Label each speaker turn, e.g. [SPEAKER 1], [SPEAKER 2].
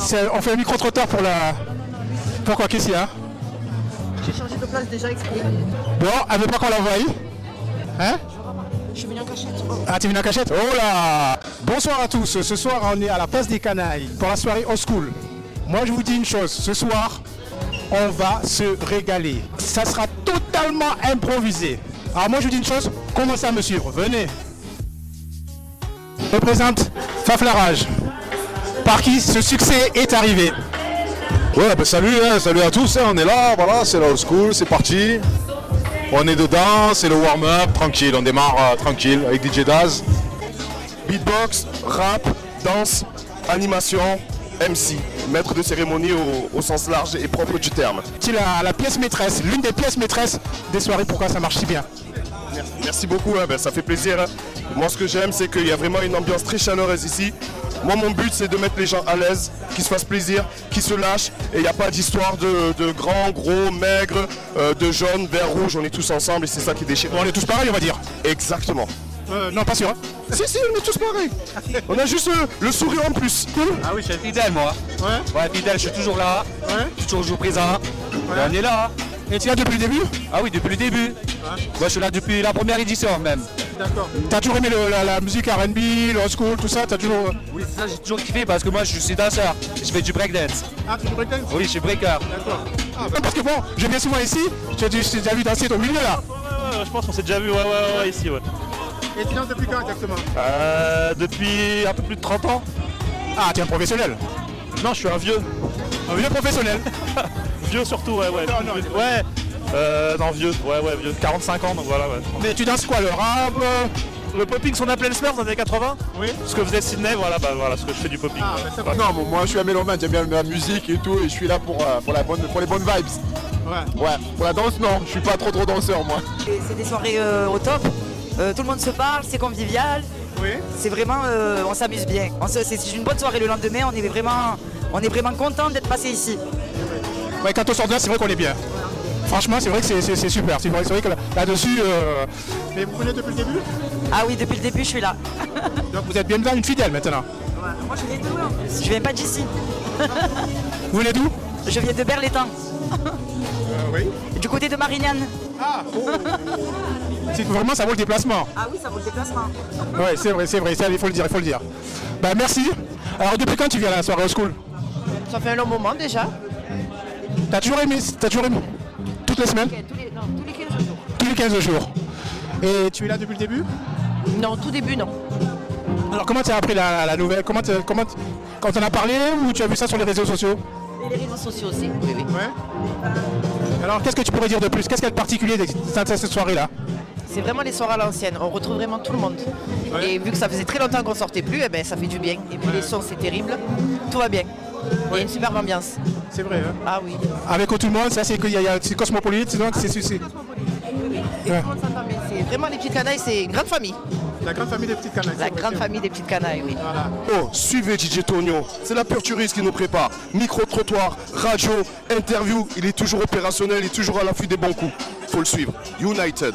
[SPEAKER 1] c'est- on fait un micro-trottoir pour la. Pourquoi Qu'est-ce qu'il y a
[SPEAKER 2] J'ai changé de place déjà exprès.
[SPEAKER 1] hein. Bon, elle veut pas qu'on la voie Hein
[SPEAKER 2] Je suis venu en cachette. Oh.
[SPEAKER 1] Ah, t'es venu en cachette Oh là Bonsoir à tous. Ce soir, on est à la place des Canailles pour la soirée Old School. Moi, je vous dis une chose. Ce soir, on va se régaler. Ça sera totalement improvisé. Alors, moi, je vous dis une chose. Commencez à me suivre. Venez. Je présente Faflarage, par qui ce succès est arrivé.
[SPEAKER 3] Ouais, ben salut, hein, salut à tous, hein, on est là, voilà, c'est la old school, c'est parti. On est dedans, c'est le warm-up, tranquille, on démarre euh, tranquille avec DJ Daz.
[SPEAKER 4] Beatbox, rap, danse, animation, MC, maître de cérémonie au, au sens large et propre du terme.
[SPEAKER 1] C'est la, la pièce maîtresse, l'une des pièces maîtresses des soirées. Pourquoi ça marche si bien
[SPEAKER 4] Merci, merci beaucoup, hein, ben, ça fait plaisir. hein. Moi ce que j'aime c'est qu'il y a vraiment une ambiance très chaleureuse ici. Moi mon but c'est de mettre les gens à l'aise, qu'ils se fassent plaisir, qu'ils se lâchent et il n'y a pas d'histoire de, de grands, gros, maigres, euh, de jaunes, verts, rouges, on est tous ensemble et c'est ça qui déchire.
[SPEAKER 1] Bon, on est tous pareils, on va dire.
[SPEAKER 4] Exactement.
[SPEAKER 1] Euh, non, pas sûr. hein.
[SPEAKER 4] Si si on est tous pareils. On a juste euh, le sourire en plus.
[SPEAKER 5] Ah oui, je suis fidèle moi. Ouais. Ouais, fidèle, je suis toujours là. Ouais. Je suis toujours présent. Et On est là.
[SPEAKER 1] Et tu es là depuis le début
[SPEAKER 5] Ah oui, depuis le début. Moi, je suis là depuis la première édition même.
[SPEAKER 1] T'as toujours aimé le- la, la musique RB, le old school, tout ça T'as toujours. euh,
[SPEAKER 5] Oui, c'est ça, j'ai toujours kiffé parce que moi, je suis danseur. Je fais du breakdance.
[SPEAKER 1] Ah, tu breakdance Ah, bah,
[SPEAKER 5] Oui, je suis breaker.
[SPEAKER 1] Parce que bon, je viens souvent ici, je t'ai dit- je t'ai déjà vu danser au milieu là.
[SPEAKER 6] Ouais, ouais, je pense qu'on s'est déjà vu ouais, ouais, ouais, ici. Ouais.
[SPEAKER 1] Et tu danses depuis quand exactement
[SPEAKER 6] Euh, depuis un peu plus de 30 ans.
[SPEAKER 1] Ah, t'es un professionnel.
[SPEAKER 6] Non, je suis un vieux.
[SPEAKER 1] Un vieux professionnel.
[SPEAKER 6] Vieux surtout, ouais, ouais.
[SPEAKER 1] Non, non,
[SPEAKER 6] ouais. Euh, non, vieux, ouais, ouais, vieux. 45 ans, donc voilà, ouais.
[SPEAKER 1] Mais tu danses quoi Le rap euh,
[SPEAKER 6] Le popping, on appelait le smurf dans les années 80 Oui. Ce que faisait Sydney, voilà, bah voilà, ce que je fais du popping.
[SPEAKER 1] Ah,
[SPEAKER 6] ouais.
[SPEAKER 1] bah,
[SPEAKER 6] Ouais.
[SPEAKER 7] Non, bon, moi je suis un mélomane, j'aime bien la musique et tout, et je suis là pour, euh, pour, la bonne, pour les bonnes vibes. Ouais. Ouais, pour la danse, non, je suis pas trop trop danseur moi.
[SPEAKER 2] Et C'est des soirées euh, au top. Euh, tout le monde se parle, c'est convivial. C'est vraiment, euh, on s'amuse bien. On se- C'est une bonne soirée le lendemain. On est vraiment, on est vraiment content d'être passé ici.
[SPEAKER 1] Ouais, quand on sort de là, c'est vrai qu'on est bien. Franchement, c'est vrai que c'est- c'est c'est super. C'est vrai, c'est vrai que là- là-dessus. euh, Mais vous connaissez depuis le début
[SPEAKER 2] Ah oui, depuis le début, je suis là.
[SPEAKER 1] Donc vous êtes bien dedans, une fidèle maintenant.
[SPEAKER 2] Moi, je viens de loin. Je viens pas d'ici.
[SPEAKER 1] Vous venez d'où
[SPEAKER 2] Je viens de Berlétan. oui. Du côté de Marignane.
[SPEAKER 1] C'est- Vraiment, ça vaut le déplacement.
[SPEAKER 2] Ah oui, ça vaut le déplacement.
[SPEAKER 1] Ouais, c'est vrai, c'est vrai, ça, il faut le dire, il faut le dire. Bah merci. Alors depuis quand tu viens à la soirée au school
[SPEAKER 8] Ça fait un long moment déjà.
[SPEAKER 1] T'as toujours aimé T'as toujours aimé Toutes les semaines
[SPEAKER 8] Tous les, non, tous les 15 jours.
[SPEAKER 1] Tous les 15 jours. Et tu es là depuis le début
[SPEAKER 8] Non, tout début, non.
[SPEAKER 1] Alors comment tu as appris la, la nouvelle Comment, t'as- comment t- quand on a parlé ou tu as vu ça sur les réseaux sociaux
[SPEAKER 8] Et les réseaux sociaux aussi. Oui, oui.
[SPEAKER 1] Alors qu'est-ce que tu pourrais dire de plus Qu'est-ce qu'il y a de particulier de cette cette soirée-là
[SPEAKER 8] C'est vraiment les soirs à l'ancienne. On retrouve vraiment tout le monde. Et vu que ça faisait très longtemps qu'on sortait plus, eh ben, ça fait du bien. Et puis les sons, c'est terrible. Tout va bien. Il y a une superbe ambiance.
[SPEAKER 1] C'est vrai. hein.
[SPEAKER 8] Ah oui.
[SPEAKER 1] Avec tout le monde, ça c'est qu'il y a- il y a- c'est cosmopolite, sinon c'est c'est- c'est-
[SPEAKER 8] Et tout le monde s'entend bien. C'est vraiment les petites canailles, c'est une grande famille.
[SPEAKER 1] La grande famille des petites canailles.
[SPEAKER 8] La grande famille des petites canailles, oui.
[SPEAKER 4] Oh, suivez DJ Tonio, c'est la pure turiste qui nous prépare. Micro-trottoir, radio, interview, il est toujours opérationnel, il est toujours à l'affût des bons coups. Faut le suivre. United.